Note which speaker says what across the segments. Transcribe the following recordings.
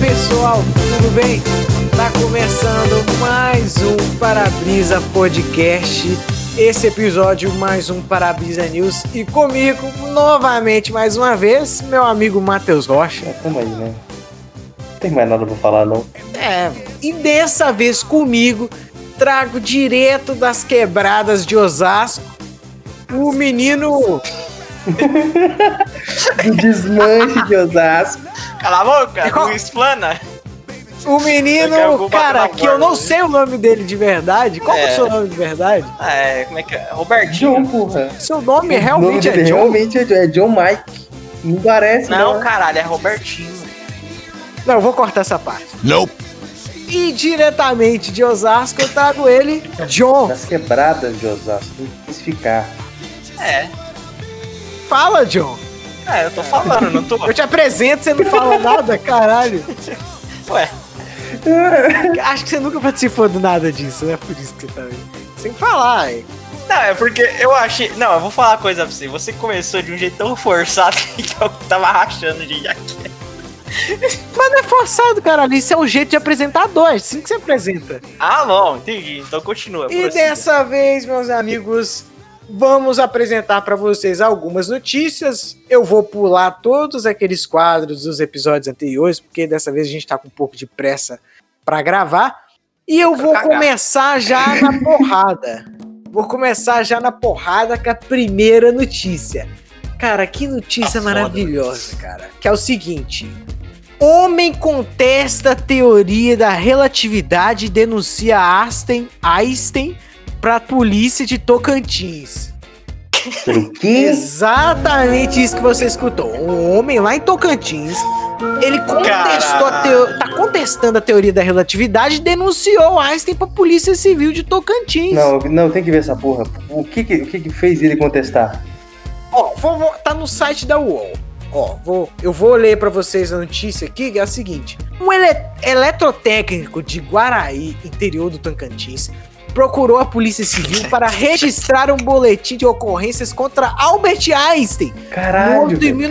Speaker 1: pessoal, tudo bem? Tá começando mais um Parabrisa Podcast. Esse episódio, mais um Parabrisa News. E comigo, novamente, mais uma vez, meu amigo Matheus Rocha.
Speaker 2: Tamo aí, né? Não tem mais nada pra falar, não.
Speaker 1: É, e dessa vez comigo, trago direto das quebradas de Osasco o menino
Speaker 2: Do desmanche de Osasco.
Speaker 3: Cala a boca,
Speaker 2: É
Speaker 1: Qual-
Speaker 3: não explana.
Speaker 1: O
Speaker 3: Daqui a pouco
Speaker 1: menino,
Speaker 3: vai
Speaker 1: cara,
Speaker 3: tomar
Speaker 1: que eu não
Speaker 3: banho.
Speaker 1: sei o nome dele de verdade. Qual é o
Speaker 3: né? É.
Speaker 1: seu nome de verdade?
Speaker 3: Ah, É, como é que é? Robertinho.
Speaker 2: John, porra.
Speaker 1: Seu nome
Speaker 2: O nome
Speaker 1: realmente é
Speaker 2: dele
Speaker 1: John?
Speaker 2: Realmente é John. É John Mike. Não parece, né?
Speaker 3: Não,
Speaker 2: não.
Speaker 3: caralho, é Robertinho.
Speaker 1: Não, eu vou cortar essa parte.
Speaker 4: Nope.
Speaker 1: E diretamente de Osasco, eu trago ele, John.
Speaker 2: Nas quebradas de Osasco. Tem que especificar.
Speaker 3: É,
Speaker 1: Fala, John.
Speaker 3: é, eu tô falando, não tô.
Speaker 1: Eu te apresento, você não fala nada, caralho.
Speaker 3: Ué,
Speaker 1: Acho que você nunca participou de nada disso, né? Por isso que você tá aí. Sem falar, hein?
Speaker 3: não, é porque eu achei. Não, eu vou falar uma coisa pra você. Você começou de um jeito tão forçado que eu tava rachando de aqui.
Speaker 1: Mas não é forçado, caralho. Isso é um jeito de apresentador, é assim que você apresenta.
Speaker 3: Ah, bom, entendi. Então continua.
Speaker 1: E
Speaker 3: prossiga.
Speaker 1: dessa vez, meus amigos, vamos apresentar para vocês algumas notícias. Eu vou pular todos aqueles quadros dos episódios anteriores, porque dessa vez a gente tá com um pouco de pressa para gravar. E eu vou
Speaker 3: cagar.
Speaker 1: começar já na porrada. Vou começar já na porrada com a primeira notícia. Cara, que notícia
Speaker 3: Tá foda.
Speaker 1: maravilhosa, cara. Que é o seguinte: Homem contesta a teoria da relatividade e denuncia Einstein, Einstein pra polícia de Tocantins.
Speaker 2: Pelo quê?
Speaker 1: Exatamente isso que você escutou. Um homem lá em Tocantins, ele contestou a teo...
Speaker 3: Caralho.
Speaker 1: tá contestando a teoria da relatividade e denunciou Einstein pra polícia civil de Tocantins.
Speaker 2: Não, não, tem que ver essa porra. O que que, o que, que fez ele contestar?
Speaker 1: Ó, vou, vou- tá no site da UOL. Ó, vou, eu vou ler pra vocês a notícia aqui, que é a seguinte. Um ele- eletrotécnico de Guaraí, interior do Tocantins, procurou a Polícia Civil para registrar um boletim de ocorrências contra Albert Einstein,
Speaker 2: Caralho.
Speaker 1: morto em
Speaker 2: velho.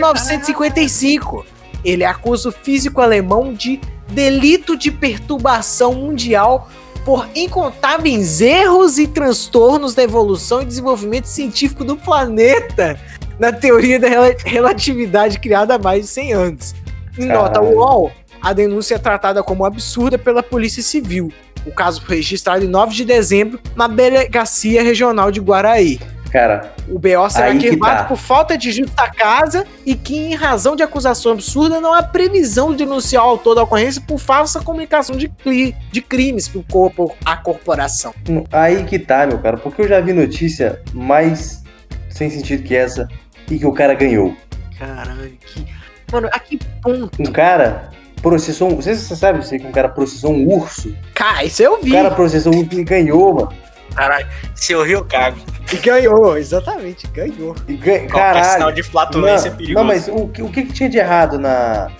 Speaker 1: 1955. Ele acusa o físico alemão de delito de perturbação mundial por incontáveis erros e transtornos da evolução e desenvolvimento científico do planeta na teoria da rela- relatividade criada há mais de 100 anos. Em nota
Speaker 2: Caralho.
Speaker 1: UOL, a denúncia é tratada como absurda pela Polícia Civil. O caso foi registrado em 9 de dezembro na Delegacia Regional de Guaraí.
Speaker 2: Cara,
Speaker 1: O BO será
Speaker 2: Aí que
Speaker 1: arquivado
Speaker 2: tá.
Speaker 1: por falta de justa causa e que, em razão de acusação absurda, não há previsão de denunciar o autor da ocorrência por falsa comunicação de, cli- de crimes pro corpo à corporação.
Speaker 2: Aí que tá, meu cara, porque eu já vi notícia mais sem sentido que essa e que o cara ganhou.
Speaker 1: Caralho, que. Mano, a que ponto?
Speaker 2: Um cara processou um. Você você sabe você, que um cara processou um urso?
Speaker 1: Cara, isso eu
Speaker 2: O
Speaker 1: vi.
Speaker 2: cara processou um urso e ganhou, mano.
Speaker 3: Caralho, seu Rio Cago.
Speaker 1: E ganhou, exatamente, ganhou.
Speaker 2: E gan-
Speaker 3: Qualquer sinal
Speaker 2: Caralho.
Speaker 3: de flatulência é
Speaker 2: Não,
Speaker 3: perigoso.
Speaker 2: não, mas o, que- o que, que tinha de errado na,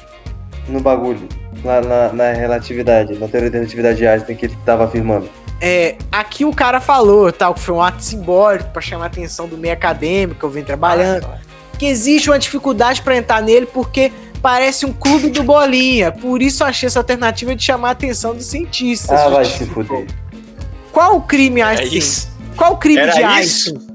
Speaker 2: no bagulho? Lá na, na relatividade, na teoria da relatividade de Einstein que ele tava afirmando.
Speaker 1: É, aqui o cara falou, tal, que foi um ato simbólico pra chamar a atenção do meio acadêmico que eu venho trabalhando.
Speaker 2: Ah, é,
Speaker 1: que existe uma dificuldade pra entrar nele porque parece um clube do bolinha. Por isso eu achei essa alternativa de chamar a atenção dos cientistas.
Speaker 2: Ah, vai se
Speaker 1: Justificou.
Speaker 2: fuder.
Speaker 1: Qual o crime
Speaker 3: É
Speaker 1: Einstein?
Speaker 3: isso.
Speaker 1: Qual o crime
Speaker 3: Era
Speaker 1: de
Speaker 3: isso?
Speaker 1: Einstein?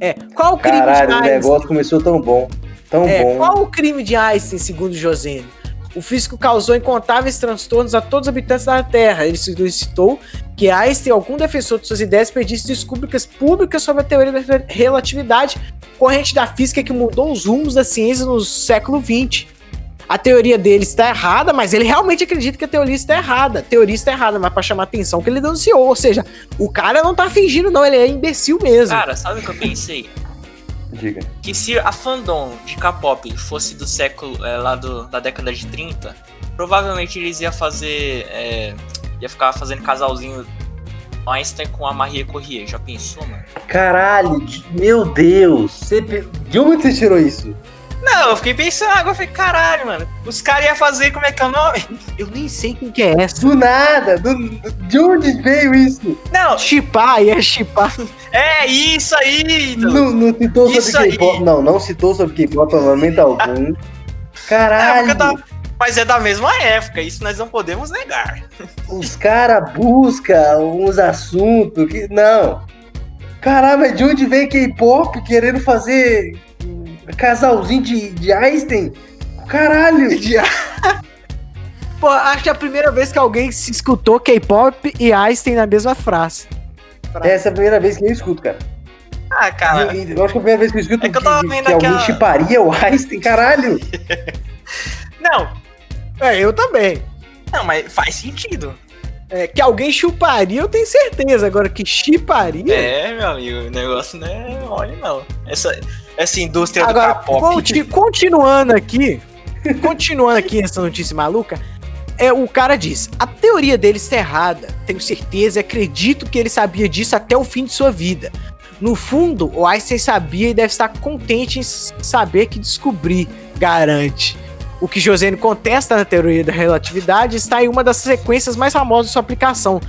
Speaker 1: É, qual o crime de
Speaker 2: Caralho, o
Speaker 1: Einstein?
Speaker 2: negócio começou tão bom. Tão
Speaker 1: É,
Speaker 2: bom.
Speaker 1: qual o crime de Einstein, segundo Josene? O físico causou incontáveis transtornos a todos os habitantes da Terra. Ele solicitou que Einstein, algum defensor de suas ideias, pedisse desculpas públicas sobre a teoria da re- relatividade, corrente da física que mudou os rumos da ciência no século XX. A teoria dele está errada, mas ele realmente acredita que a teoria está errada. A teoria está errada, mas para chamar atenção que ele denunciou. Ou seja, o cara não tá fingindo, não, ele é imbecil mesmo.
Speaker 3: Cara, sabe o que eu pensei?
Speaker 2: Diga.
Speaker 3: que se a fandom de K-pop fosse do século é, lá do- da década de 30, provavelmente eles iam fazer. é, ia ficar fazendo casalzinho Einstein com a Marie Corrier. Já pensou, mano?
Speaker 2: Caralho, que- meu Deus! Você pe- De onde você tirou isso?
Speaker 3: Não, eu fiquei pensando, agora eu falei, caralho, mano. Os caras iam fazer, como é que é o nome?
Speaker 1: eu nem sei quem que é essa.
Speaker 2: Do nada! do- De onde veio isso?
Speaker 3: Não,
Speaker 1: Chipar, ia chipar.
Speaker 3: é isso aí! Então.
Speaker 2: Não, não citou sobre
Speaker 3: Isso aí.
Speaker 2: K-pop. Não, não citou sobre K-pop em momento algum.
Speaker 3: É,
Speaker 2: Caralho!
Speaker 3: porque eu tava- Mas é da mesma época, isso nós não podemos negar.
Speaker 2: Os caras buscam uns assuntos que. Não! Caralho, mas de onde vem K-pop querendo fazer casalzinho de, de Einstein? Caralho!
Speaker 1: Pô, acho que é a primeira vez que alguém se escutou K-pop e Einstein na mesma frase.
Speaker 2: Essa é a primeira vez que eu escuto, cara.
Speaker 3: Ah, cara.
Speaker 2: E- e- eu acho que é a primeira vez que eu escuto
Speaker 3: É que eu tava vendo
Speaker 2: que alguém
Speaker 3: aquela-
Speaker 2: chiparia o Einstein, caralho!
Speaker 3: Não,
Speaker 1: É, eu também.
Speaker 3: não, mas faz sentido.
Speaker 1: É, que alguém chuparia, eu tenho certeza. Agora, que chiparia.
Speaker 3: É, meu amigo, o negócio não é mole, não. Essa, essa indústria
Speaker 1: Agora,
Speaker 3: do K-pop.
Speaker 1: conti- continuando aqui, continuando aqui essa notícia maluca, é, o cara diz: a teoria dele está errada. Tenho certeza e acredito que ele sabia disso até o fim de sua vida. No fundo, o Einstein sabia e deve estar contente em s- saber que descobri, garante. O que Josiane contesta na teoria da relatividade está em uma das sequências mais famosas de sua aplicação.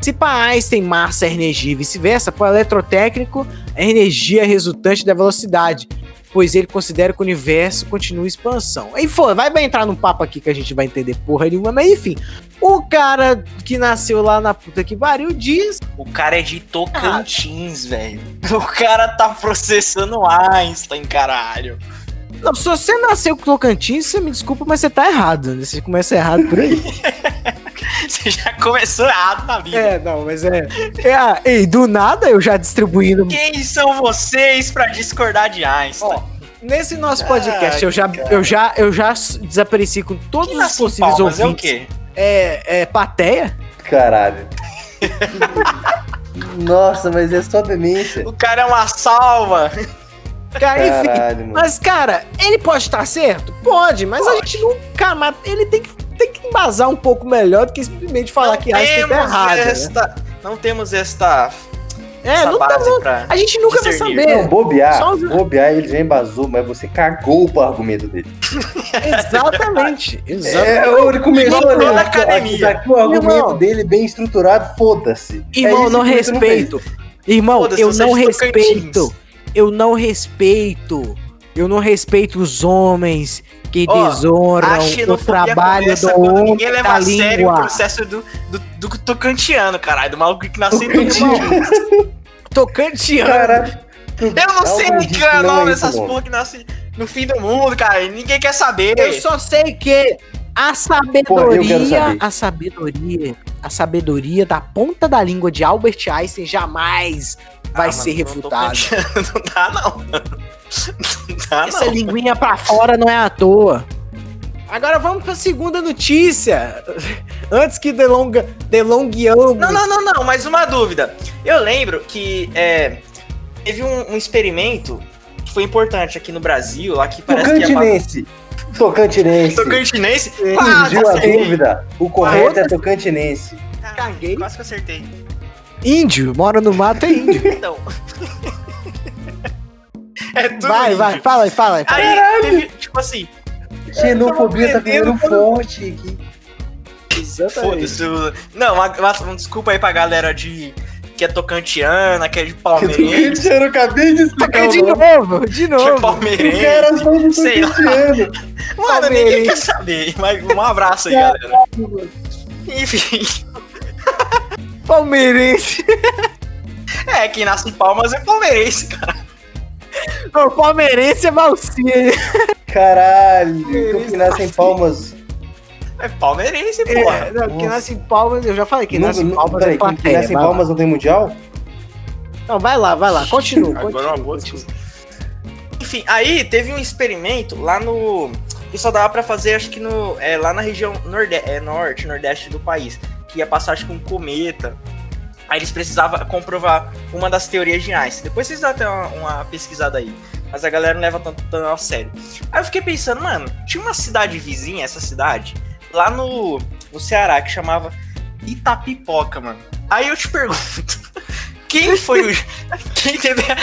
Speaker 1: Se para Einstein massa é energia e vice-versa, para o eletrotécnico é energia resultante da velocidade pois ele considera que o universo continua em expansão. E foi, vai vai entrar num papo aqui que a gente vai entender porra nenhuma, mas enfim. O cara que nasceu lá na puta que pariu diz.
Speaker 3: O cara é de Tocantins,
Speaker 1: Ah.
Speaker 3: velho. O cara tá processando Einstein, caralho.
Speaker 1: Não, se você nasceu com Tocantins, você me desculpa, mas você tá errado. né? Você começa errado por aí.
Speaker 3: Você já começou errado na vida.
Speaker 1: é, não, mas é. é ah, ei, do nada eu já distribuindo.
Speaker 3: Quem são vocês pra discordar de Einstein?
Speaker 1: Ó, Nesse nosso podcast,
Speaker 3: Ai,
Speaker 1: eu, já, eu, já, eu já s- desapareci com todos
Speaker 3: Quem
Speaker 1: os
Speaker 3: nasceu em
Speaker 1: possíveis
Speaker 3: Palmas é o
Speaker 1: ouvintes.
Speaker 3: quê?
Speaker 1: É, é plateia?
Speaker 2: Caralho. Nossa, mas é só demência.
Speaker 3: O cara é uma salva.
Speaker 1: Cara, enfim.
Speaker 2: Caralho, mano.
Speaker 1: Mas, cara, ele pode estar certo? Pode, mas a gente nunca mata. Ele tem que, tem que embasar um pouco melhor do que simplesmente falar que Einstein tá errado. né?
Speaker 3: esta, não temos esta,
Speaker 1: É,
Speaker 3: essa
Speaker 1: não tá,
Speaker 3: base pra...
Speaker 1: a gente nunca vai
Speaker 3: discernir.
Speaker 2: Não,
Speaker 1: saber.
Speaker 2: bobear,
Speaker 1: Só-
Speaker 2: bobear ele já embasou, mas você cagou pro argumento dele.
Speaker 1: exatamente, exatamente.
Speaker 2: É, ele começou
Speaker 3: Irmão,
Speaker 2: ali,
Speaker 3: na
Speaker 2: ó,
Speaker 3: academia.
Speaker 2: aqui, aqui o argumento
Speaker 1: Irmão.
Speaker 2: dele bem estruturado, foda-se. É
Speaker 1: Irmão,
Speaker 2: isso
Speaker 1: não
Speaker 2: que você fez.
Speaker 1: respeito. Irmão,
Speaker 3: Foda-se,
Speaker 1: eu
Speaker 3: você é
Speaker 1: não
Speaker 3: de Tocantins.
Speaker 1: respeito. Eu não respeito. Eu não respeito os homens que
Speaker 3: Ó,
Speaker 1: desonram
Speaker 3: A
Speaker 1: o
Speaker 3: xenofobia
Speaker 1: trabalho do
Speaker 3: começa quando
Speaker 1: homem
Speaker 3: Ninguém leva
Speaker 1: da
Speaker 3: a sério o
Speaker 1: língua.
Speaker 3: processo do, do, do tocantiano, caralho. Do maluco que nasceu em
Speaker 2: Tocantino.
Speaker 3: Tocantins.
Speaker 1: Tocantiano.
Speaker 2: Cara,
Speaker 3: Eu não sei
Speaker 2: Alguém
Speaker 3: nem
Speaker 2: disse
Speaker 3: que é o
Speaker 2: que não é
Speaker 3: nome
Speaker 2: isso,
Speaker 3: dessas
Speaker 2: mano.
Speaker 3: porra que nasce no fim do mundo, cara. Ninguém quer saber.
Speaker 1: Eu só sei que a
Speaker 2: Porra, eu quero
Speaker 1: sabedoria,
Speaker 2: saber.
Speaker 1: a sabedoria, a sabedoria da ponta da língua de Albert Einstein jamais vai
Speaker 3: Ah,
Speaker 1: ser
Speaker 3: mano,
Speaker 1: refutada.
Speaker 3: tocantiano Não dá, não. Não dá,
Speaker 1: Essa
Speaker 3: não.
Speaker 1: linguinha pra fora não é à toa. Agora vamos pra segunda notícia. Antes que delonga, delongueamos.
Speaker 3: é- Não, não, não, não, mas uma dúvida. Eu lembro que é, teve um, um experimento que foi importante aqui no Brasil, lá que parece que é
Speaker 2: tocantinense. Tocantinense.
Speaker 3: Tocantinense?
Speaker 2: Surgiu a
Speaker 3: acertei.
Speaker 2: dúvida. O correto
Speaker 1: outra-
Speaker 2: é tocantinense.
Speaker 3: Caralho,
Speaker 1: Caguei.
Speaker 3: Quase que eu acertei.
Speaker 1: Índio, mora no mato é índio.
Speaker 3: Então. é tudo.
Speaker 1: vai, vai, fala aí, fala aí. fala aí.
Speaker 3: Aí, teve, tipo assim,
Speaker 2: Xenofobia tá ficando
Speaker 1: aprendendo
Speaker 2: forte aqui.
Speaker 3: foda-se. eu- Não, uma, uma- desculpa aí pra galera de. que é tocantiana, que é de palmeirense.
Speaker 2: Tocantino, eu acabei de
Speaker 1: Toca
Speaker 2: explicar
Speaker 1: de
Speaker 2: o nome.
Speaker 1: novo, de
Speaker 3: que é
Speaker 1: novo.
Speaker 2: O
Speaker 3: palmeirense.
Speaker 2: cara só de
Speaker 3: sei lá.
Speaker 2: tocantiano.
Speaker 3: Mano, ninguém quer saber. Mas um abraço aí, galera. Enfim.
Speaker 1: Palmeirense.
Speaker 3: É, quem nasce em palmas é palmeirense, cara.
Speaker 1: Não, palmeirense é malsinha.
Speaker 2: Caralho,
Speaker 1: Ele
Speaker 2: tu que nasce em
Speaker 1: tá
Speaker 2: palmas.
Speaker 3: É palmeirense,
Speaker 1: É,
Speaker 3: porra.
Speaker 1: não, que
Speaker 2: Nossa.
Speaker 1: nasce em palmas, eu já falei que
Speaker 2: Nunca-
Speaker 1: nasce em
Speaker 2: nunca-
Speaker 1: palmas
Speaker 2: peraí,
Speaker 1: é
Speaker 2: quem- Quem
Speaker 1: plateia.
Speaker 2: nasce em
Speaker 1: vai lá.
Speaker 2: palmas não tem mundial?
Speaker 1: Não, vai lá, vai lá, continua.
Speaker 3: Agora é
Speaker 1: continua,
Speaker 3: uma boa
Speaker 1: continua.
Speaker 3: discussão. Enfim, aí teve um experimento lá no. Que só dava pra fazer, acho que no. É, lá na região norde, é, norte, nordeste do país. Que ia passar, acho que um cometa. Aí eles precisavam comprovar uma das teorias de Einstein. Depois vocês dão até uma, uma pesquisada aí. Mas a galera não leva tanto, tanto a sério. Aí eu fiquei pensando, mano, tinha uma cidade vizinha, essa cidade, lá no, no Ceará, que chamava Itapipoca, mano. Aí eu te pergunto, quem foi o. Quem teve a-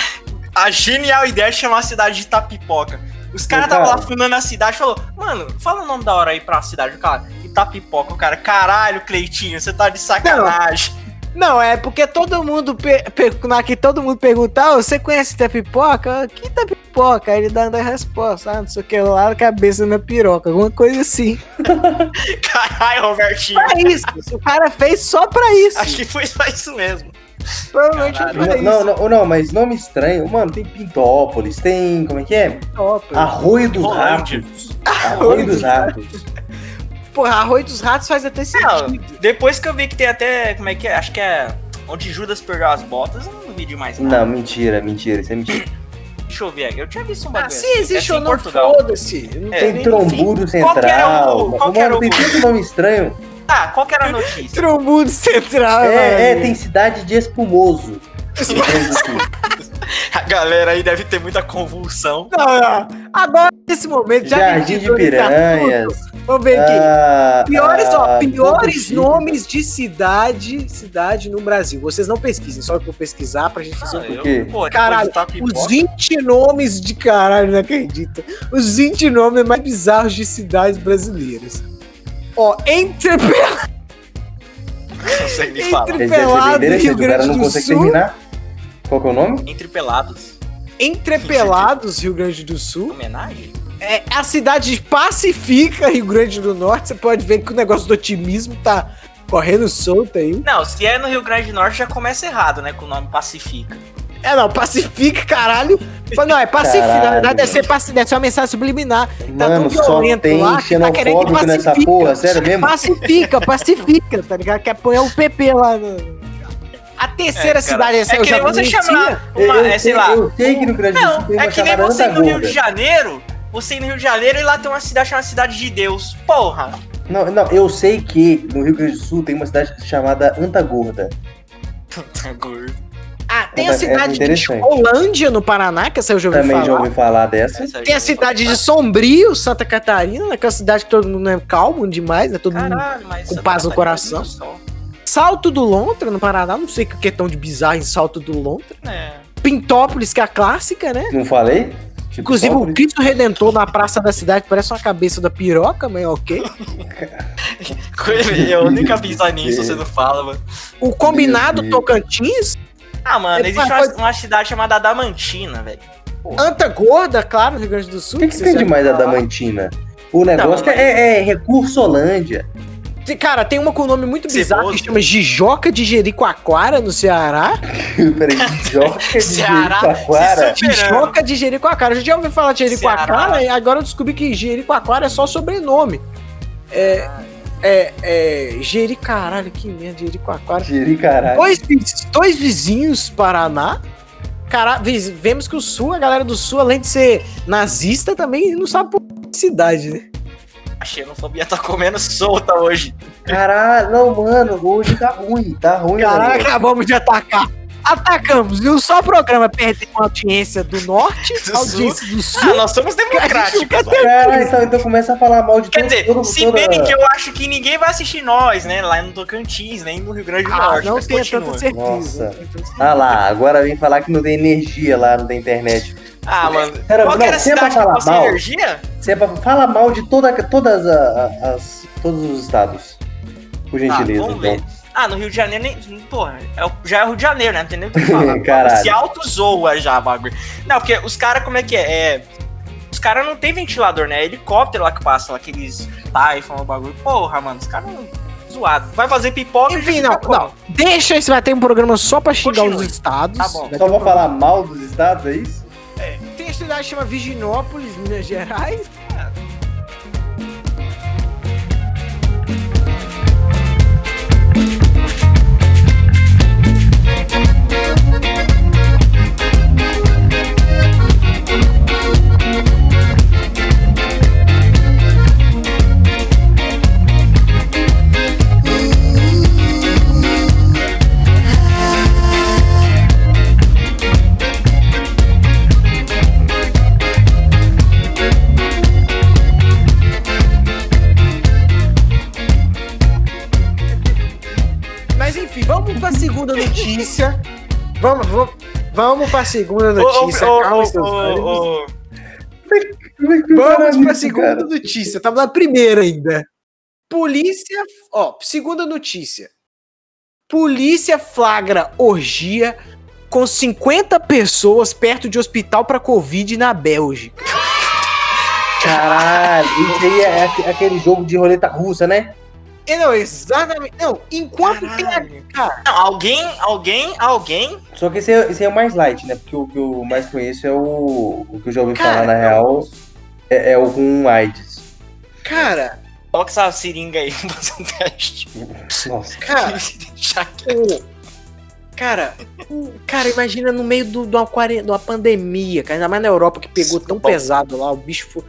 Speaker 3: a genial ideia de chamar a cidade de Itapipoca? Os caras
Speaker 2: Ô, cara.
Speaker 3: estavam lá fundando a cidade e falou, mano, fala o nome da hora aí pra cidade, o cara. Itapipoca, o cara, caralho, Cleitinho, você tá de tá sacanagem.
Speaker 1: Não, é porque todo mundo. pe- pe- Na que todo mundo perguntar, "Ah, você conhece Ita Pipoca? Que Ita Pipoca? Aí ele dá dá a resposta, ah, não sei o que lá, cabeça na piroca, alguma coisa assim.
Speaker 3: Caralho, Robertinho.
Speaker 1: Pra isso, o cara fez só pra isso.
Speaker 3: Acho que foi só isso mesmo.
Speaker 1: Provavelmente
Speaker 3: Caralho.
Speaker 1: pra
Speaker 2: Ah, Não,
Speaker 1: isso.
Speaker 2: não, não, não, mas nome estranho. Mano, tem Pintópolis, tem. Como é que é?
Speaker 1: Top.
Speaker 2: Arroio dos
Speaker 3: Rolândia.
Speaker 2: Ratos. Arroio dos Ratos.
Speaker 1: Porra, arroz dos ratos faz até
Speaker 3: Não,
Speaker 1: sentido.
Speaker 3: depois que eu vi que tem até. Como é que é? Acho que é. Onde Judas perdeu as botas, eu não vi de mais nada.
Speaker 2: Não, mentira, mentira, isso é mentira.
Speaker 3: Deixa eu ver aqui. Eu tinha visto um bagulho.
Speaker 1: Ah, se
Speaker 3: assim,
Speaker 1: existe
Speaker 3: é
Speaker 1: ou
Speaker 3: em
Speaker 1: não,
Speaker 3: Portugal.
Speaker 1: foda-se. Não
Speaker 3: É.
Speaker 1: tem
Speaker 2: Tem
Speaker 1: nem
Speaker 2: Trombudo
Speaker 3: Qual que era
Speaker 2: Central.
Speaker 3: o- qual que era
Speaker 2: Mano,
Speaker 3: o-
Speaker 2: tem tanto nome estranho.
Speaker 3: Ah, qual que era a notícia?
Speaker 1: Trombudo central.
Speaker 2: É, é,
Speaker 1: velho.
Speaker 2: tem cidade de espumoso.
Speaker 3: a galera aí deve ter muita convulsão.
Speaker 1: Não, não. Agora, nesse momento, já
Speaker 2: Jardim de
Speaker 1: decidiu esse
Speaker 2: Piranhas.
Speaker 1: assunto? Vamos ver aqui.
Speaker 2: ah,
Speaker 1: Piores, ó,
Speaker 2: ah,
Speaker 1: piores
Speaker 2: Ponto
Speaker 1: nomes de cidade, cidade no Brasil. Vocês não pesquisem, só que eu vou pesquisar pra gente fazer um.
Speaker 3: Ah, eu,
Speaker 2: quê?
Speaker 3: pô, depois
Speaker 1: Caralho,
Speaker 3: de tá pipoca-
Speaker 1: Os 20 nomes de caralho, não acredito. Os 20 nomes mais bizarros de cidades brasileiras. Ó, entre,
Speaker 3: não sei nem falar.
Speaker 1: entre
Speaker 2: Vocês perceberam
Speaker 1: Pelado e
Speaker 2: que
Speaker 1: Rio
Speaker 2: o cara
Speaker 1: Grande
Speaker 2: não
Speaker 1: do
Speaker 2: consegue
Speaker 1: Sul.
Speaker 2: terminar? Qual que é o nome?
Speaker 3: Entre pelados.
Speaker 1: Entrepelados, Rio Grande do Sul.
Speaker 3: Homenagem?
Speaker 1: É, a cidade pacifica Rio Grande do Norte. Você pode ver que o negócio do otimismo tá correndo solto aí.
Speaker 3: Não, se é no Rio Grande do Norte já começa errado, né? Com o nome Pacifica.
Speaker 1: É, não, pacifica, caralho. Pa- Não, é pacifica.
Speaker 2: Caralho,
Speaker 1: Na verdade, é
Speaker 2: mano.
Speaker 1: ser pacifica, é só uma mensagem subliminar. Tá
Speaker 2: Mano,
Speaker 1: tão
Speaker 2: só
Speaker 1: violento
Speaker 2: tem
Speaker 1: lá que tá querendo
Speaker 2: xenofóbico
Speaker 1: que
Speaker 2: nessa
Speaker 1: pacifica.
Speaker 2: porra, sério mesmo?
Speaker 1: Pacifica, pacifica, tá ligado? Quer apoiar o PP lá no. A terceira
Speaker 3: É, cara.
Speaker 1: cidade, essa
Speaker 3: É
Speaker 1: eu
Speaker 3: que
Speaker 1: já
Speaker 3: nem você
Speaker 1: conhecia.
Speaker 3: chamar uma, é, sei lá.
Speaker 2: Eu sei que no Rio Grande do Sul
Speaker 3: Não,
Speaker 2: tem
Speaker 3: é
Speaker 2: uma
Speaker 3: que nem
Speaker 2: chamada
Speaker 3: você ir
Speaker 2: Anta
Speaker 3: no Rio de
Speaker 2: Gorda.
Speaker 3: Janeiro, você ir no Rio de Janeiro e lá tem uma cidade chamada Cidade de Deus. Porra!
Speaker 2: Não, não, eu sei que no Rio Grande do Sul tem uma cidade chamada Anta Gorda.
Speaker 3: É
Speaker 1: Ah, tem
Speaker 2: É,
Speaker 1: a
Speaker 2: é
Speaker 1: cidade de
Speaker 2: interessante.
Speaker 1: Holândia, no Paraná, que essa eu já ouvi
Speaker 2: Também
Speaker 1: falar.
Speaker 2: já ouvi falar dessa.
Speaker 3: Essa aí é
Speaker 1: Tem a
Speaker 3: eu
Speaker 1: cidade
Speaker 3: vou
Speaker 1: de Sombrio, Santa Catarina, aquela cidade que todo mundo é calmo demais, né? Todo
Speaker 3: falar.
Speaker 1: mundo.
Speaker 3: Caralho, mas
Speaker 1: com
Speaker 3: essa
Speaker 1: paz no
Speaker 3: tá
Speaker 1: coração.
Speaker 3: do sol.
Speaker 1: Salto do Lontra, no Paraná, não sei o que é tão de bizarro em Salto do Lontra.
Speaker 3: É.
Speaker 1: Pintópolis, que é a clássica, né?
Speaker 2: Não falei? Tipo,
Speaker 1: Inclusive,
Speaker 2: pobre.
Speaker 1: o Cristo Redentor na praça da cidade parece uma cabeça da piroca, mas é ok.
Speaker 3: Eu nunca pensei nisso, você não fala, mano.
Speaker 1: O combinado
Speaker 2: Deus.
Speaker 1: Tocantins,
Speaker 3: Ah, mano,
Speaker 1: É,
Speaker 3: existe
Speaker 1: mas
Speaker 3: uma,
Speaker 1: pode-
Speaker 3: uma cidade chamada Adamantina, velho.
Speaker 1: Anta Gorda, claro, no Rio Grande do
Speaker 2: O
Speaker 1: Sul.
Speaker 2: que, que
Speaker 1: vocês
Speaker 2: tem
Speaker 1: já
Speaker 2: demais da
Speaker 1: ouviram falar.
Speaker 2: Damantina? O negócio
Speaker 3: tá Não, mas-
Speaker 2: é, é recurso Holândia.
Speaker 1: Tem- Cara, tem uma com um nome muito bizarro que
Speaker 3: Ceboso.
Speaker 1: chama Jijoca de Jericoacoara, no Ceará.
Speaker 2: Peraí, Joca de
Speaker 3: Ceará,
Speaker 2: Jericoacoara.
Speaker 3: Ceará. Esperando.
Speaker 1: Jijoca de Jericoacoara. Eu já ouvi falar de Jericoacoara
Speaker 3: É Ceará.
Speaker 1: e agora eu descobri que Jericoacoara é só sobrenome. É. É. é Jeri, caralho, que merda, Jericoacoara.
Speaker 2: Jericaralho.
Speaker 1: Dois, vi- dois vizinhos Paraná. Cara, vi- vemos que o Sul, a galera do Sul, além de ser nazista, também não sabe por cidade, né?
Speaker 3: A xenofobia tá comendo solta hoje.
Speaker 2: Caralho, não, mano, hoje tá ruim, tá ruim.
Speaker 1: Caralho,
Speaker 2: mano.
Speaker 1: acabamos de atacar. Atacamos, e um só programa perdeu a audiência do norte,
Speaker 3: Do
Speaker 1: a audiência do
Speaker 3: Ah,
Speaker 1: sul.
Speaker 3: nós somos democráticos.
Speaker 1: nunca
Speaker 3: vai.
Speaker 2: Caralho, então, então começa a falar mal de
Speaker 3: Quer
Speaker 2: todo-
Speaker 3: dizer,
Speaker 2: todo-
Speaker 3: se
Speaker 2: toda-
Speaker 3: bem que eu acho que ninguém vai assistir nós, né? Lá no Tocantins, nem no Rio Grande do
Speaker 1: Ah,
Speaker 3: Norte.
Speaker 1: não
Speaker 3: mas
Speaker 1: tenho
Speaker 3: continua.
Speaker 1: tanta certeza.
Speaker 2: Nossa.
Speaker 1: não tenho tanta certeza.
Speaker 2: Ah lá, agora vem falar que não tem energia lá, não tem internet.
Speaker 3: Ah, mano.
Speaker 2: Cara,
Speaker 3: Qual que era
Speaker 2: não,
Speaker 3: a
Speaker 2: se é pra
Speaker 3: cidade que
Speaker 2: falar
Speaker 3: passou
Speaker 2: mal,
Speaker 3: energia?
Speaker 2: se é pra falar mal de toda, todas a- a- as, todos os estados. Por
Speaker 3: Ah,
Speaker 2: gentileza,
Speaker 3: vamos ver.
Speaker 2: então.
Speaker 3: Ah, no Rio de Janeiro nem. Porra, é o- já é o Rio de Janeiro, né? Não tem nem o que falar.
Speaker 2: Caralho.
Speaker 3: Se auto-zoa já, bagulho. Não, porque os caras, como é que é? É, Os caras não tem ventilador, né? É helicóptero lá que passa, lá, aqueles Typhon, o bagulho. Porra, mano, os caras não. Zoado. Vai fazer pipoca e
Speaker 1: Enfim,
Speaker 3: fica
Speaker 1: não,
Speaker 3: como?
Speaker 1: não. Deixa esse vai ter um programa só pra xingar
Speaker 3: Continue.
Speaker 1: os estados.
Speaker 3: Tá bom.
Speaker 1: Vai ter
Speaker 2: Só
Speaker 1: um
Speaker 2: vou
Speaker 1: programa.
Speaker 2: falar mal dos estados, é isso?
Speaker 1: Tem a cidade que chama Virginópolis, Minas Gerais. Mas enfim, vamos pra segunda notícia. vamos, vamos, vamos pra segunda
Speaker 3: Ô, ô,
Speaker 1: notícia.
Speaker 3: ô,
Speaker 1: é Calma,
Speaker 3: ô,
Speaker 1: seus ânimos.
Speaker 3: ô, ô,
Speaker 2: Como é que
Speaker 1: Vamos
Speaker 2: fala
Speaker 1: para a
Speaker 2: isso,
Speaker 1: segunda
Speaker 2: cara?
Speaker 1: notícia. Tava na primeira ainda. Polícia. Ó, segunda notícia. Polícia flagra orgia com 50 pessoas perto de hospital pra Covid na Bélgica.
Speaker 2: Caralho, isso aí é aque- aquele jogo de roleta russa, né?
Speaker 1: E É, não, exatamente. Não, enquanto tem
Speaker 3: Caralho.
Speaker 1: a. Cara,
Speaker 3: Não, alguém, alguém, alguém.
Speaker 2: Só que esse é, esse é o mais light, né? Porque o que eu mais conheço é o, o que eu já ouvi
Speaker 1: Cara,
Speaker 2: falar na real, é, é o com AIDS.
Speaker 1: cara,
Speaker 3: Coloca essa seringa aí pra fazer um teste.
Speaker 2: Nossa,
Speaker 1: cara.
Speaker 3: Ah. Chaca.
Speaker 1: O- Cara, o- cara, imagina no meio do- de, uma quaren- de uma pandemia, cara, ainda mais na Europa que pegou tão
Speaker 3: Bom.
Speaker 1: pesado lá, o bicho foi-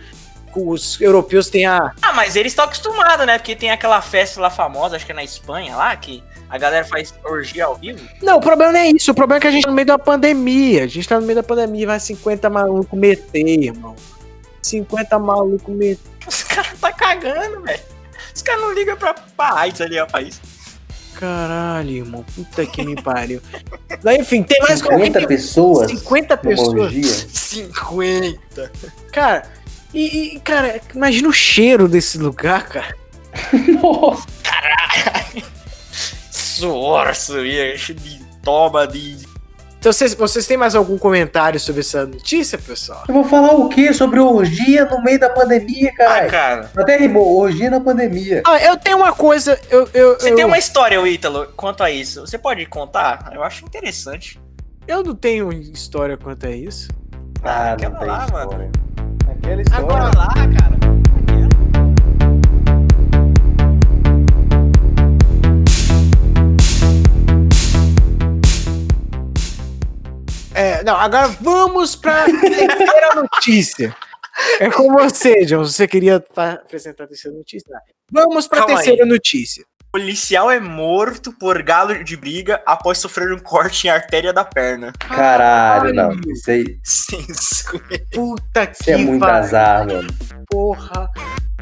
Speaker 1: os europeus têm a
Speaker 3: ah, mas eles estão acostumados, né? Porque tem aquela festa lá famosa, acho que é na Espanha lá, que a galera faz orgia ao vivo.
Speaker 1: Não, o problema não é isso, o problema é que a gente tá no meio de uma pandemia. A gente tá no meio da pandemia, vai 50 maluco meter, irmão. 50 maluco meter.
Speaker 3: Os caras tá cagando, velho. Os caras não ligam pra, pra AIDS ali, rapaz.
Speaker 1: Caralho, irmão. Puta que me pariu. Daí, enfim, tem mais alguém
Speaker 2: 50
Speaker 1: que-
Speaker 2: pessoas
Speaker 1: 50
Speaker 2: numa
Speaker 1: pessoas.
Speaker 2: orgia.
Speaker 3: 50.
Speaker 1: Cara, e, e, cara, imagina o cheiro desse lugar, cara.
Speaker 2: Nossa,
Speaker 3: Suor, suia, cheio de toma de.
Speaker 1: Então, vocês, vocês têm mais algum comentário sobre essa notícia, pessoal?
Speaker 2: eu vou falar o quê sobre orgia no meio da pandemia,
Speaker 3: Ah,
Speaker 2: caralho?
Speaker 3: cara.
Speaker 2: Até rimou, orgia na pandemia.
Speaker 1: Ah, eu tenho uma coisa. Eu, eu,
Speaker 3: Você
Speaker 1: eu,
Speaker 3: tem uma história, o Ítalo, quanto a isso. Você pode contar? Eu acho interessante.
Speaker 1: eu não tenho história quanto a isso.
Speaker 2: Ah,
Speaker 3: aquela
Speaker 2: não tem
Speaker 3: lá,
Speaker 2: história.
Speaker 3: mano.
Speaker 2: Aquela história.
Speaker 3: Agora lá, cara.
Speaker 1: É, não, agora vamos pra terceira notícia. É com você, John. Você queria tá- apresentar a terceira notícia? Tá. Vamos pra
Speaker 3: Calma aí.
Speaker 1: terceira notícia.
Speaker 3: Policial é morto por galo de briga após sofrer um corte em artéria da perna.
Speaker 2: Caralho, não. Isso aí
Speaker 3: Sim, isso
Speaker 1: Ah, Puta que
Speaker 2: isso é muito
Speaker 1: pariu,
Speaker 2: azar, mano.
Speaker 1: porra.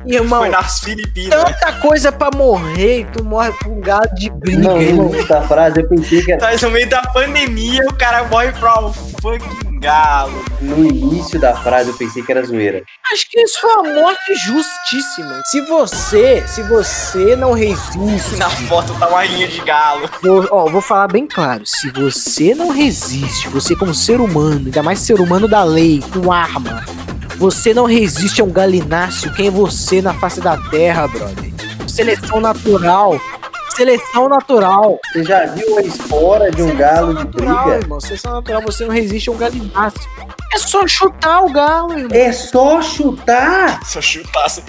Speaker 1: Irmão,
Speaker 3: foi nas Filipinas.
Speaker 1: tanta coisa pra morrer e tu morre por um gado de briga,
Speaker 2: Não,
Speaker 1: irmão.
Speaker 2: não, essa frase eu pensei que era
Speaker 3: Nós no meio da pandemia, o cara morre pra um fucking galo.
Speaker 2: no início da frase, eu pensei que era zoeira.
Speaker 1: Acho que isso foi uma morte justíssima. Se você, se você não resiste,
Speaker 3: Na foto tá uma rinha de galo.
Speaker 1: vou, ó, vou falar bem claro. Se você não resiste, você como ser humano, ainda mais ser humano da lei, com arma, você não resiste a um galináceo, quem é você na face da terra, brother? Seleção natural. Seleção natural.
Speaker 2: Você já viu a espora de um
Speaker 1: Seleção
Speaker 2: galo de
Speaker 1: natural,
Speaker 2: briga?
Speaker 1: irmão. Seleção natural, você não resiste a um galináceo. É só chutar o galo, irmão.
Speaker 2: É só chutar!
Speaker 3: Só chutasse.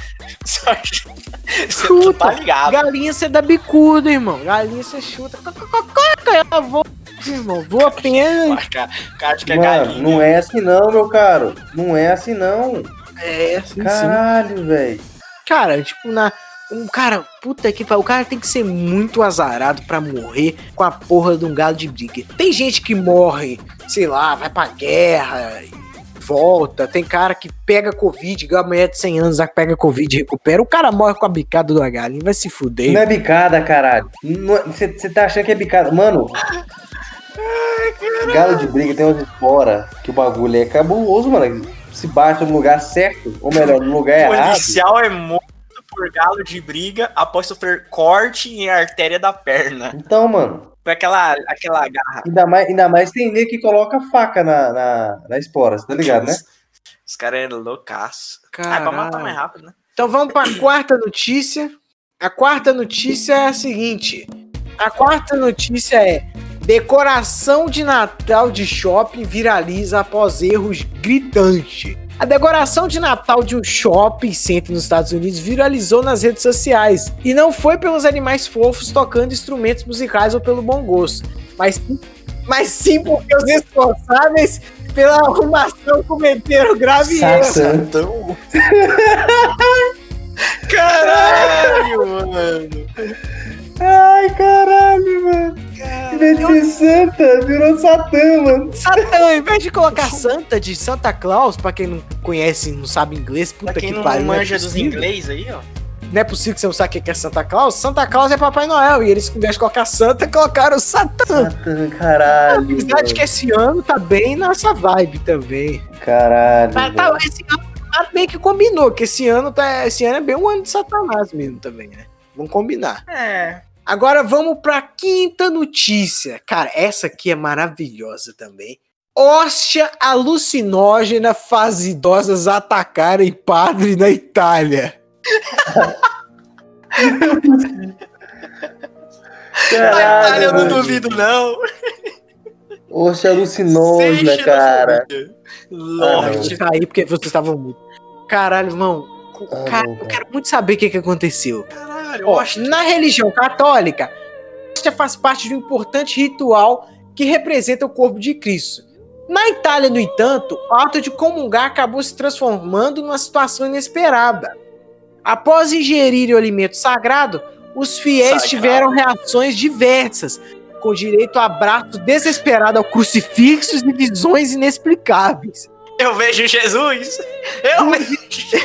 Speaker 3: Só chutasse. Você
Speaker 1: Chuta.
Speaker 3: tá ligado.
Speaker 1: Galinha você dá bicudo, irmão. Galinha você chuta. Co- co- co- co- Ela voa, é irmão. Voa apenas.
Speaker 3: O cara, o cara acha que é
Speaker 2: Mano,
Speaker 3: galinha.
Speaker 2: não é assim não, meu caro. Não é assim não.
Speaker 1: É, sim, sim.
Speaker 2: Caralho, velho.
Speaker 1: Cara, tipo, na. Um cara, puta que pariu. O cara tem que ser muito azarado pra morrer com a porra de um galo de briga. Tem gente que morre, sei lá, vai pra guerra e volta. Tem cara que pega Covid, igual a mulher de 100 anos lá que pega Covid e recupera. O cara morre com a bicada do galinha. Vai se fuder.
Speaker 2: Não é bicada, caralho. Você tá achando que é bicada. Mano. Galo de briga tem umas esporas que o bagulho é cabuloso, mano. Se bate no lugar certo, ou melhor, no lugar errado.
Speaker 3: Policial é morto por galo de briga após sofrer corte em artéria da perna.
Speaker 1: é.
Speaker 2: Então, mano,
Speaker 3: Foi aquela, aquela garra.
Speaker 2: ainda mais, ainda mais tem nego que coloca faca na, na, na espora, cê tá ligado, né?
Speaker 3: Os, os caras eram loucaço. Ah, é pra matar mais rápido, né?
Speaker 1: Então vamos para a quarta notícia. A quarta notícia é a seguinte: a quarta notícia é decoração de Natal de shopping viraliza após erros gritante. A decoração de Natal de um shopping center nos Estados Unidos viralizou nas redes sociais e não foi pelos animais fofos tocando instrumentos musicais ou pelo bom gosto, mas sim, mas sim porque os responsáveis pela arrumação cometeram grave erro.
Speaker 2: Satã.
Speaker 3: Então. Caralho, mano.
Speaker 2: Ai, caralho, mano. Em vez de ser santa, virou satã, mano.
Speaker 1: Satã, em vez de colocar Santa de Santa Claus, pra quem não conhece, não sabe inglês, puta
Speaker 3: Pra quem
Speaker 1: que
Speaker 3: não
Speaker 1: pariu.
Speaker 3: manja
Speaker 1: é
Speaker 3: dos
Speaker 1: possível.
Speaker 3: inglês aí, ó.
Speaker 1: Não é possível que você não saiba o que é Santa Claus. Santa Claus é Papai Noel. E eles, em vez de colocar Santa, colocaram Satã.
Speaker 2: Satã, caralho.
Speaker 1: Apesar de que esse ano tá bem nessa vibe também.
Speaker 2: mano. Caralho.
Speaker 1: Mas tá, esse ano tá meio que combinou, que esse ano, tá, esse ano é bem um ano de Satanás mesmo também, né? Vamos combinar.
Speaker 3: É.
Speaker 1: Agora vamos para quinta notícia. Cara, essa aqui é maravilhosa também. Hóstia alucinógena faz idosas atacarem padre na Itália.
Speaker 3: Na Itália
Speaker 1: tá-
Speaker 3: eu não duvido, não.
Speaker 2: Oxe, alucinógena,
Speaker 3: Sem
Speaker 2: cara.
Speaker 3: xenofobia.
Speaker 1: Eu
Speaker 3: Lorde.
Speaker 1: saí porque vocês estavam muito. Caralho, irmão. co-
Speaker 2: Ah,
Speaker 1: Cara,
Speaker 2: não,
Speaker 1: eu quero muito saber o que, que aconteceu.
Speaker 3: Caralho,
Speaker 1: Ó,
Speaker 3: hóstia.
Speaker 1: na religião católica, a hóstia faz parte de um importante ritual que representa o corpo de Cristo. Na Itália, no entanto, o ato de comungar acabou se transformando numa situação inesperada. Após ingerir o alimento sagrado, os fiéis
Speaker 3: Sagrado.
Speaker 1: tiveram reações diversas, com direito a abraço desesperado ao crucifixos e visões inexplicáveis.
Speaker 3: Eu vejo Jesus. Eu vejo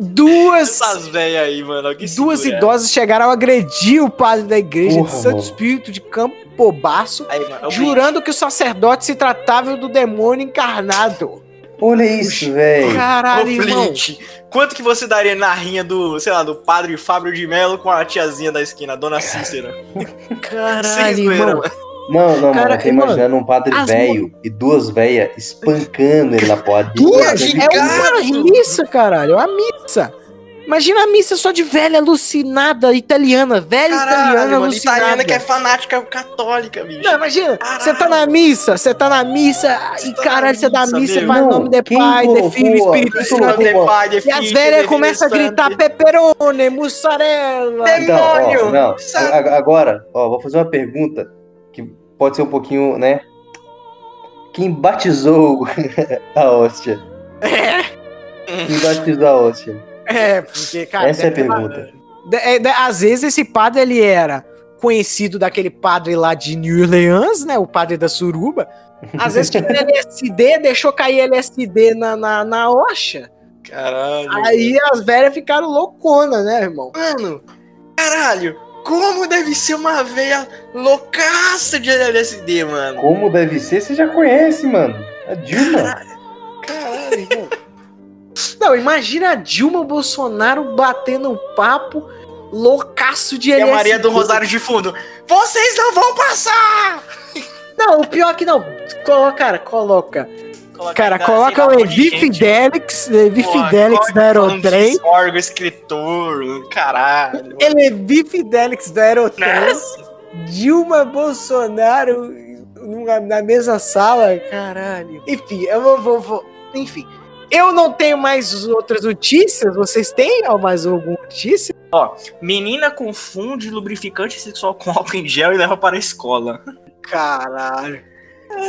Speaker 1: Duas,
Speaker 3: essas velhas aí, mano. Alguém
Speaker 1: duas
Speaker 3: segura.
Speaker 1: idosas chegaram a agredir o padre da igreja
Speaker 2: Porra,
Speaker 1: de Santo
Speaker 2: mano.
Speaker 1: Espírito de Campobaço,
Speaker 3: Aí, mano, é eu
Speaker 1: jurando que o sacerdote se tratava do demônio encarnado.
Speaker 2: Olha isso, velho.
Speaker 1: Caralho, irmão.
Speaker 3: Conflite. Quanto que você daria na rinha do, sei lá, do padre Fábio de Mello com a tiazinha da esquina, a dona Cícera?
Speaker 1: Caralho,
Speaker 3: Sem zoeira,
Speaker 1: irmão.
Speaker 3: mano.
Speaker 2: Não, não,
Speaker 1: Cara,
Speaker 2: mano. Eu tô
Speaker 1: e, mano,
Speaker 2: imaginando um padre
Speaker 1: as
Speaker 2: velho e duas velhas espancando ele na porta.
Speaker 1: Duas?
Speaker 2: Ele-
Speaker 1: É uma missa, caralho. É uma missa. Imagina a missa só de velha alucinada italiana. Velha italiana
Speaker 3: Caralho, mano.
Speaker 1: alucinada.
Speaker 3: Italiana que é fanática católica, bicho.
Speaker 1: Não, imagina,
Speaker 3: Caralho.
Speaker 1: você tá na missa, você tá na missa,
Speaker 3: Você
Speaker 1: e
Speaker 3: tá
Speaker 1: caralho,
Speaker 3: na
Speaker 1: você dá a
Speaker 3: missa,
Speaker 1: missa,
Speaker 3: meu.
Speaker 1: vai em
Speaker 2: Não,
Speaker 1: nome de
Speaker 2: quem
Speaker 1: Pai, de
Speaker 2: colocou
Speaker 1: Filho e
Speaker 2: a-
Speaker 1: Espírito
Speaker 2: quem
Speaker 3: Não,
Speaker 1: Santo.
Speaker 2: colocou
Speaker 3: de pai, de
Speaker 1: E as
Speaker 3: filho,
Speaker 1: velhas
Speaker 3: de
Speaker 1: começam a
Speaker 3: restante.
Speaker 1: gritar peperone, mussarela.
Speaker 3: Tem-
Speaker 2: Então, ó,
Speaker 3: Demônio!
Speaker 2: não.
Speaker 3: Sabe?
Speaker 2: a- a- Agora, ó, vou fazer uma pergunta que pode ser um pouquinho, né? Quem batizou a hóstia? Quem batizou a hóstia?
Speaker 1: É, porque, cara...
Speaker 2: Essa é a
Speaker 1: deve ter-
Speaker 2: pergunta.
Speaker 1: de- é, de- às vezes esse padre, ele era conhecido daquele padre lá de New Orleans, né, o padre da suruba. Às vezes tinha LSD, deixou cair LSD na, na, na oxa.
Speaker 3: Caralho.
Speaker 1: Aí as velhas ficaram louconas, né, irmão?
Speaker 3: Mano, caralho. Como deve ser uma veia loucaça de LSD, mano.
Speaker 2: Como deve ser, você já conhece, mano. A Dilma.
Speaker 3: Caralho, irmão.
Speaker 1: Não, imagina a Dilma Bolsonaro batendo um papo loucaço de
Speaker 3: E a
Speaker 1: LSD.
Speaker 3: Maria do Rosário de fundo. Vocês não vão passar!
Speaker 1: Não, o pior é que não. Coloca, cara, coloca.
Speaker 3: Coloca
Speaker 1: Cara,
Speaker 3: ainda, sei
Speaker 1: coloca
Speaker 3: lá,
Speaker 1: o
Speaker 3: um monte de
Speaker 1: Levi
Speaker 3: gente.
Speaker 1: Fidelix, Levi
Speaker 3: Porra,
Speaker 1: Fidelix
Speaker 3: coloca
Speaker 1: da
Speaker 3: falando de
Speaker 1: Aerotrem.
Speaker 3: Sorgo, escritor, caralho.
Speaker 1: é Levi Fidelix da Aerotrem.
Speaker 3: Nossa,
Speaker 1: Dilma Bolsonaro numa- na mesma sala, caralho. Enfim, eu vou, vou- vou- Enfim. Eu não tenho mais outras notícias. Vocês têm mais alguma notícia?
Speaker 3: Menina confunde lubrificante sexual com álcool em gel e leva para a escola.
Speaker 1: Caralho.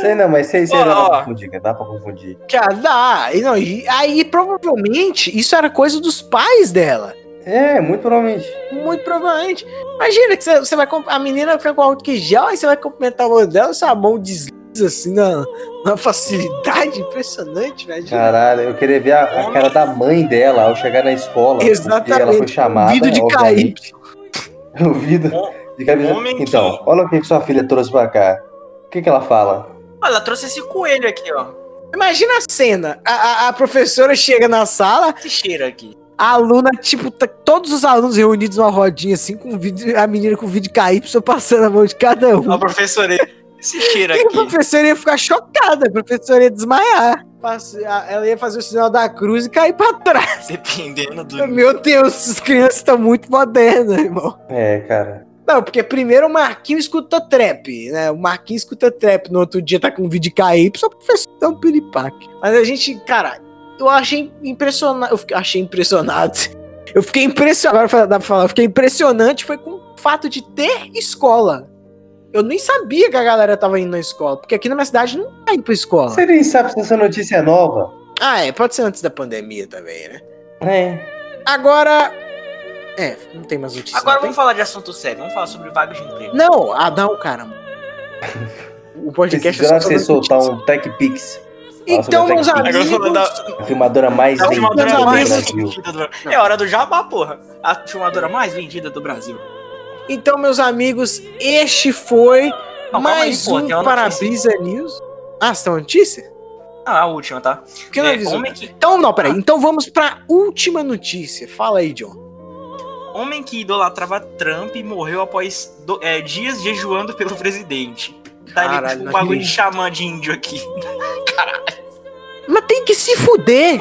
Speaker 2: Sei não, mas sei, sei
Speaker 3: Ó,
Speaker 2: dá
Speaker 3: ó.
Speaker 2: pra confundir, cara. Dá pra confundir.
Speaker 1: Cara, dá. E, não, e aí, provavelmente, isso era coisa dos pais dela.
Speaker 2: É, muito provavelmente.
Speaker 1: Muito provavelmente. Imagina que você- você vai. comp- A menina fica com álcool em gel, aí você vai cumprimentar a mão dela, sua mão desliza assim na, na facilidade. Impressionante, velho.
Speaker 2: Caralho, eu queria ver a, a cara da mãe dela ao chegar na escola. porque Ela foi
Speaker 1: Exatamente.
Speaker 2: chamada.
Speaker 1: Ouvido de cair.
Speaker 2: obviamente. Ouvido de cabeça.
Speaker 3: Um Homem que-
Speaker 2: Então, olha o que que sua filha trouxe pra cá. O que, que ela fala?
Speaker 3: Olha, ela trouxe esse coelho aqui, ó.
Speaker 1: Imagina a cena. A, a- a professora chega na sala,
Speaker 3: Esse cheiro aqui.
Speaker 1: a aluna, tipo, tá- todos os alunos reunidos numa rodinha assim, com o vídeo, a menina com o vídeo KY passando a mão de cada um.
Speaker 3: Ó, professora, esse cheiro
Speaker 1: E a
Speaker 3: aqui.
Speaker 1: professora ia ficar chocada, a professora ia desmaiar. Passe- a- Ela ia fazer o sinal da cruz e cair pra trás.
Speaker 3: Dependendo do.
Speaker 1: Meu Deus, essas crianças estão muito modernas, irmão.
Speaker 2: É, cara.
Speaker 1: Não, porque primeiro o Marquinhos escuta trap, né? O Marquinhos escuta trap, no outro dia tá com um vídeo KY, só o professor dá um piripaque. Mas a gente, cara, eu achei impressionado. Eu fiquei- achei impressionado. Eu fiquei impressionado. Agora fala- dá pra falar, eu fiquei impressionante foi com o fato de ter escola. Eu nem sabia que a galera tava indo na escola, porque aqui na minha cidade não tá indo pra escola.
Speaker 2: Você nem sabe se essa notícia é nova.
Speaker 1: Ah, é, pode ser antes da pandemia também, né?
Speaker 2: É.
Speaker 1: Agora. É, não tem mais notícia.
Speaker 3: Agora
Speaker 1: não, tem?
Speaker 3: vamos falar de assunto sério. Vamos falar sobre vagas de emprego.
Speaker 1: Não, ah, não, cara. O podcast é
Speaker 2: Precisava
Speaker 1: só
Speaker 2: você
Speaker 1: sobre
Speaker 2: soltar
Speaker 1: notícia.
Speaker 2: um Tech Pix.
Speaker 1: Então,
Speaker 2: sobre
Speaker 1: meus
Speaker 2: a
Speaker 3: Agora
Speaker 1: amigos.
Speaker 3: vamos dar-
Speaker 2: A filmadora mais vendida
Speaker 3: A
Speaker 2: do
Speaker 3: filmadora
Speaker 1: Não,
Speaker 3: mais
Speaker 2: Brasil.
Speaker 3: vendida do Brasil. É hora do jabá, porra. A filmadora mais vendida do Brasil.
Speaker 1: Então, meus amigos, este foi
Speaker 3: Não, calma
Speaker 1: mais
Speaker 3: aí, pô,
Speaker 1: um
Speaker 3: tem uma
Speaker 1: para a
Speaker 3: notícia.
Speaker 1: Brisa News. Ah, você tem uma notícia?
Speaker 3: Ah, a última, tá?
Speaker 1: Por que não
Speaker 3: É,
Speaker 1: avisou?
Speaker 3: homem que-
Speaker 1: Então, não, peraí. Então vamos pra última notícia. Fala aí, John.
Speaker 3: Homem que idolatrava Trump morreu após do- é, dias jejuando pelo presidente. Tá ali,
Speaker 1: Caralho,
Speaker 3: tipo, um
Speaker 1: não
Speaker 3: bagulho de
Speaker 1: acredito.
Speaker 3: xamã de índio aqui.
Speaker 1: Mas tem que se fuder!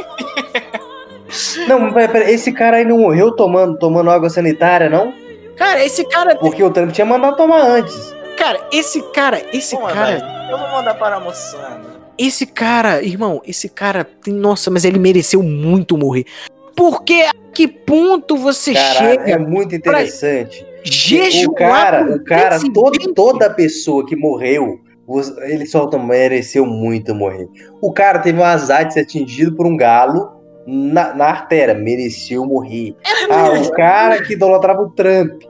Speaker 2: Não, mas pera, pera, esse cara aí não morreu tomando, tomando água sanitária, não?
Speaker 1: Cara, esse cara.
Speaker 2: Porque o Trump tinha mandado tomar antes.
Speaker 1: Cara, esse cara, esse
Speaker 3: Vou mandar,
Speaker 1: cara. é-
Speaker 3: Eu vou mandar para a moçada.
Speaker 1: Esse cara, irmão, esse cara, tem- nossa, mas ele mereceu muito morrer. Porque a que ponto você
Speaker 2: Cara,
Speaker 1: chega
Speaker 2: é muito interessante.
Speaker 1: jejuar
Speaker 2: o cara,
Speaker 1: pro
Speaker 2: o cara, todo,
Speaker 1: presidente?
Speaker 2: toda pessoa que morreu, os- ele só tam- mereceu muito morrer. O cara teve um azar de ser atingido por um galo na, na artéria, mereceu morrer.
Speaker 1: É
Speaker 2: Ah, o cara que idolatrava o Trump,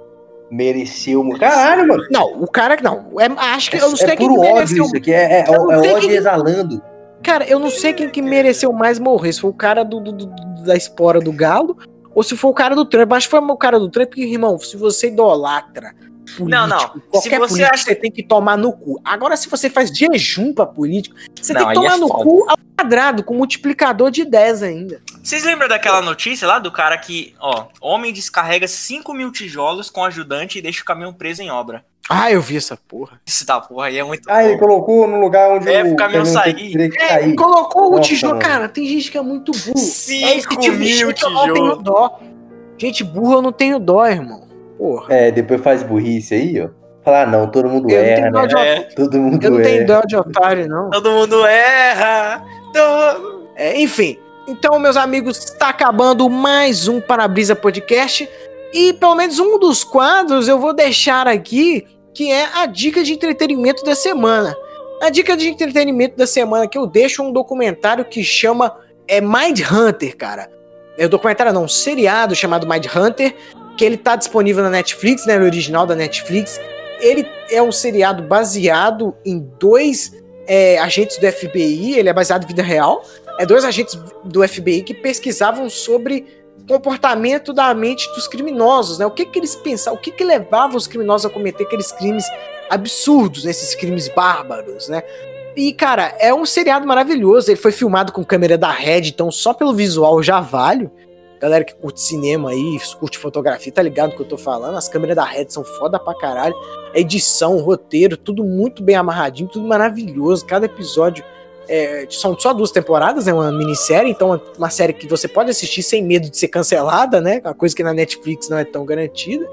Speaker 2: mereceu morrer. Caralho, mano.
Speaker 1: Não, o cara não. é- acho que eu não sei
Speaker 2: É
Speaker 1: quem
Speaker 2: puro
Speaker 1: que
Speaker 2: ódio
Speaker 1: mereceu.
Speaker 2: isso aqui, é, é- é
Speaker 1: Eu não sei
Speaker 2: ódio
Speaker 1: quem-
Speaker 2: exalando.
Speaker 1: Cara, eu não sei quem que mereceu mais morrer. Se foi o cara do, do- do- da espora do galo ou se foi o cara do Trump. Acho que foi o cara do Trump, porque, irmão, se você idolatra. Político,
Speaker 3: Não, não. Se
Speaker 1: Qualquer
Speaker 3: você
Speaker 1: político,
Speaker 3: acha-
Speaker 1: você tem que tomar no cu. Agora, se você faz jejum pra político, você
Speaker 3: Não,
Speaker 1: tem que
Speaker 3: aí é
Speaker 1: tomar no
Speaker 3: foda.
Speaker 1: cu ao quadrado, com multiplicador de 10 ainda.
Speaker 3: Vocês lembram daquela notícia lá do cara que, ó, homem descarrega 5 mil tijolos com ajudante e deixa o caminhão preso em obra.
Speaker 1: Ah, eu vi essa porra.
Speaker 3: Isso da porra aí é muito
Speaker 2: Ah, ele
Speaker 3: bom.
Speaker 2: colocou no lugar onde
Speaker 3: É,
Speaker 2: o
Speaker 3: pro caminhão
Speaker 2: caminhão
Speaker 3: sair.
Speaker 2: teria que
Speaker 1: É,
Speaker 2: sair.
Speaker 1: colocou o
Speaker 2: Nossa,
Speaker 1: tijolo.
Speaker 2: mano.
Speaker 1: Cara, tem gente que é muito burro. É esse
Speaker 3: 5
Speaker 1: tipo de
Speaker 3: mil
Speaker 1: gente que eu não tenho
Speaker 3: tijolos.
Speaker 1: dó. Gente burra, eu não tenho dó, irmão. Porra.
Speaker 2: É, depois faz burrice aí, ó. Falar, ah, não, todo mundo
Speaker 1: Eu não
Speaker 2: erra,
Speaker 1: tenho
Speaker 2: né?
Speaker 1: dó de
Speaker 3: É,
Speaker 2: Todo mundo
Speaker 1: Eu não
Speaker 2: erra.
Speaker 1: tenho dó de otário, não.
Speaker 3: todo mundo erra. Todo...
Speaker 1: É, enfim, então, meus amigos, está acabando mais um Parabrisa Podcast. E pelo menos um dos quadros eu vou deixar aqui, que é a dica de entretenimento da semana. A dica de entretenimento da semana que eu deixo é um documentário que chama é Mind Hunter, cara. É um documentário não, um seriado chamado Mind Hunter, que ele tá disponível na Netflix, né, no original da Netflix. Ele é um seriado baseado em dois é, agentes do FBI, ele é baseado em vida real é, dois agentes do FBI que pesquisavam sobre comportamento da mente dos criminosos, né? O que que eles pensavam, o que que levava os criminosos a cometer aqueles crimes absurdos, né? esses crimes bárbaros, né? E, cara, é um seriado maravilhoso. Ele foi filmado com câmera da Red, então só pelo visual já vale. Galera que curte cinema aí, curte fotografia, tá ligado no que eu tô falando? As câmeras da Red são foda pra caralho. A edição, o roteiro, tudo muito bem amarradinho, tudo maravilhoso. Cada episódio é, são só duas temporadas, é uma minissérie, então é uma série que você pode assistir sem medo de ser cancelada, né? Uma coisa que na Netflix não é tão garantida.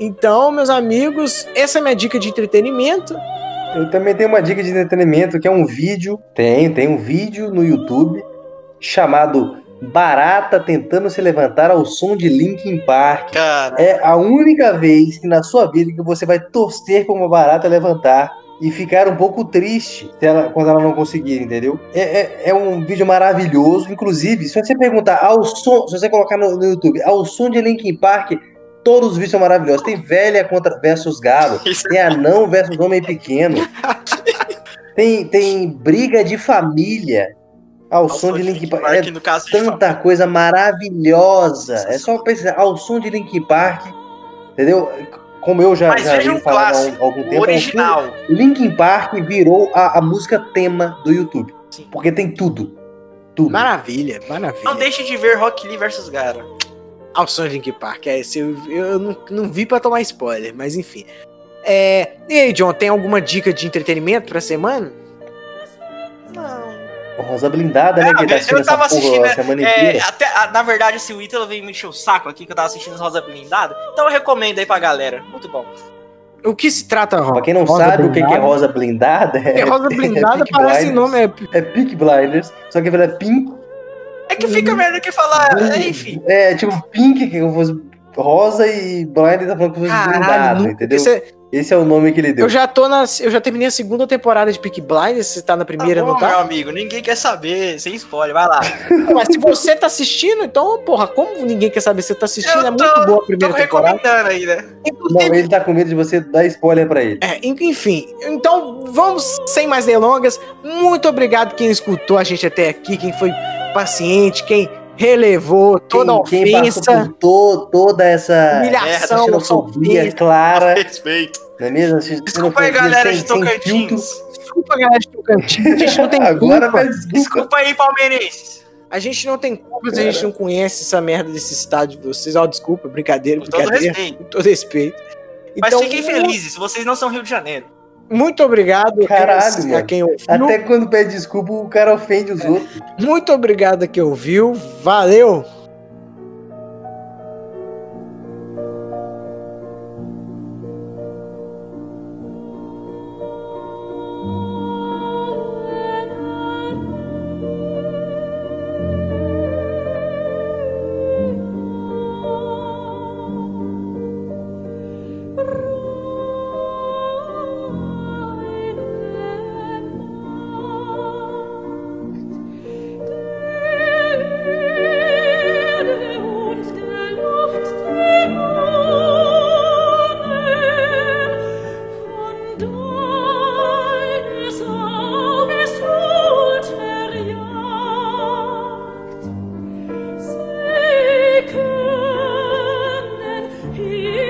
Speaker 1: Então, meus amigos, essa é a minha dica de entretenimento.
Speaker 2: Eu também tenho uma dica de entretenimento que é um vídeo. Tem, tem um vídeo no YouTube chamado Barata tentando se levantar ao som de Linkin Park.
Speaker 3: Cara,
Speaker 2: É a única vez que na sua vida que você vai torcer pra uma barata levantar e ficar um pouco triste se ela- quando ela não conseguir, entendeu? É, é- é um vídeo maravilhoso. Inclusive, se você perguntar ao som, se você colocar no, no YouTube, ao som de Linkin Park, todos os vídeos são maravilhosos. Tem velha contra versus galo.
Speaker 3: isso
Speaker 2: Tem anão versus homem pequeno. Tem, tem briga de família ao,
Speaker 3: Ao
Speaker 2: som de Linkin Park. É
Speaker 3: no caso tipo, de
Speaker 2: tanta coisa maravilhosa. É só pensar ao som de Linkin Park, entendeu? Como eu já,
Speaker 3: Mas
Speaker 2: já
Speaker 3: veja um
Speaker 2: há
Speaker 3: clássico,
Speaker 2: algum- algum tempo, é
Speaker 3: o
Speaker 2: um
Speaker 3: original.
Speaker 2: filme- Linkin Park virou a, a música tema do YouTube.
Speaker 3: Sim.
Speaker 2: Porque tem tudo. Tudo.
Speaker 1: Maravilha,
Speaker 3: Não
Speaker 1: maravilha.
Speaker 3: deixe de ver Rock Lee versus Gara.
Speaker 1: Ao som de Link Park, é esse. Eu, eu não, não vi pra tomar spoiler, mas enfim. É, e aí, John, tem alguma dica de entretenimento pra semana?
Speaker 3: Não.
Speaker 2: Rosa blindada, né?
Speaker 3: Ah,
Speaker 2: que tá
Speaker 3: velho,
Speaker 2: assistindo
Speaker 3: eu tava
Speaker 2: essa porra
Speaker 3: assistindo,
Speaker 2: a semana
Speaker 3: É,
Speaker 2: inteira.
Speaker 3: até, ah, na verdade, assim, o Ítalo veio me encher o saco aqui que eu tava assistindo Rosa Blindada. Então eu recomendo aí pra galera. Muito bom.
Speaker 1: O que se trata, Ron?
Speaker 2: Pra quem não
Speaker 1: Rosa
Speaker 2: sabe o que que é
Speaker 1: blindada?
Speaker 2: Rosa blindada, é,
Speaker 1: É, Rosa Blindada
Speaker 2: Peaky
Speaker 1: parece
Speaker 2: Blinders.
Speaker 1: nome, é
Speaker 2: é Peak Blinders, só que é Pink.
Speaker 3: É
Speaker 2: Uhum.
Speaker 3: que fica melhor do que falar. é, enfim.
Speaker 2: É, tipo Pink, que eu fosse rosa e Blind tá falando que eu fosse blindado,
Speaker 1: nunca-
Speaker 2: entendeu?
Speaker 1: Isso é-
Speaker 2: Esse é o nome que ele deu.
Speaker 1: Eu já tô na. Eu já terminei a segunda temporada de Peak Blinders. Você tá na
Speaker 3: Tá
Speaker 1: primeira,
Speaker 3: bom,
Speaker 1: não tá?
Speaker 3: meu amigo, ninguém quer saber, sem spoiler, vai lá.
Speaker 1: Mas se você tá assistindo, então, porra, como ninguém quer saber se você tá assistindo?
Speaker 3: Eu
Speaker 1: é muito
Speaker 3: tô-
Speaker 1: boa a
Speaker 3: Tô
Speaker 1: primeira temporada.
Speaker 3: recomendando aí, né?
Speaker 2: Não, ele tá com medo de você dar spoiler pra ele.
Speaker 1: É, enfim, então vamos sem mais delongas. Muito obrigado quem escutou a gente até aqui, quem foi paciente, quem relevou toda a
Speaker 2: quem, quem passou
Speaker 1: ofensa,
Speaker 2: por to- toda essa, essa
Speaker 1: humilhação,
Speaker 2: xenofobia
Speaker 1: ofensa.
Speaker 2: clara,
Speaker 3: Respeito.
Speaker 2: não é mesmo? Essa
Speaker 3: Desculpa aí,
Speaker 2: xenofobia
Speaker 3: galera
Speaker 2: sem-
Speaker 3: de
Speaker 2: sem filtro.
Speaker 3: Tocantins.
Speaker 1: Desculpa, galera de Tocantins. A gente não tem
Speaker 2: Agora
Speaker 1: culpa.
Speaker 2: faz desculpa.
Speaker 3: Desculpa aí, palmeirenses.
Speaker 1: A gente não tem culpa se a gente não conhece essa merda desse estado de vocês. Ó, desculpa, brincadeira,
Speaker 3: Com todo
Speaker 1: brincadeira.
Speaker 3: respeito.
Speaker 1: Com todo respeito.
Speaker 3: Mas
Speaker 1: Então,
Speaker 3: fiquem felizes, vocês não são Rio de Janeiro.
Speaker 1: Muito obrigado a quem-
Speaker 2: Caralho,
Speaker 1: a
Speaker 2: mano.
Speaker 1: quem ouviu.
Speaker 2: Até quando pede desculpa, o cara ofende os outros.
Speaker 1: Muito obrigado a quem ouviu. Valeu!
Speaker 4: Verjagt. Sie können hier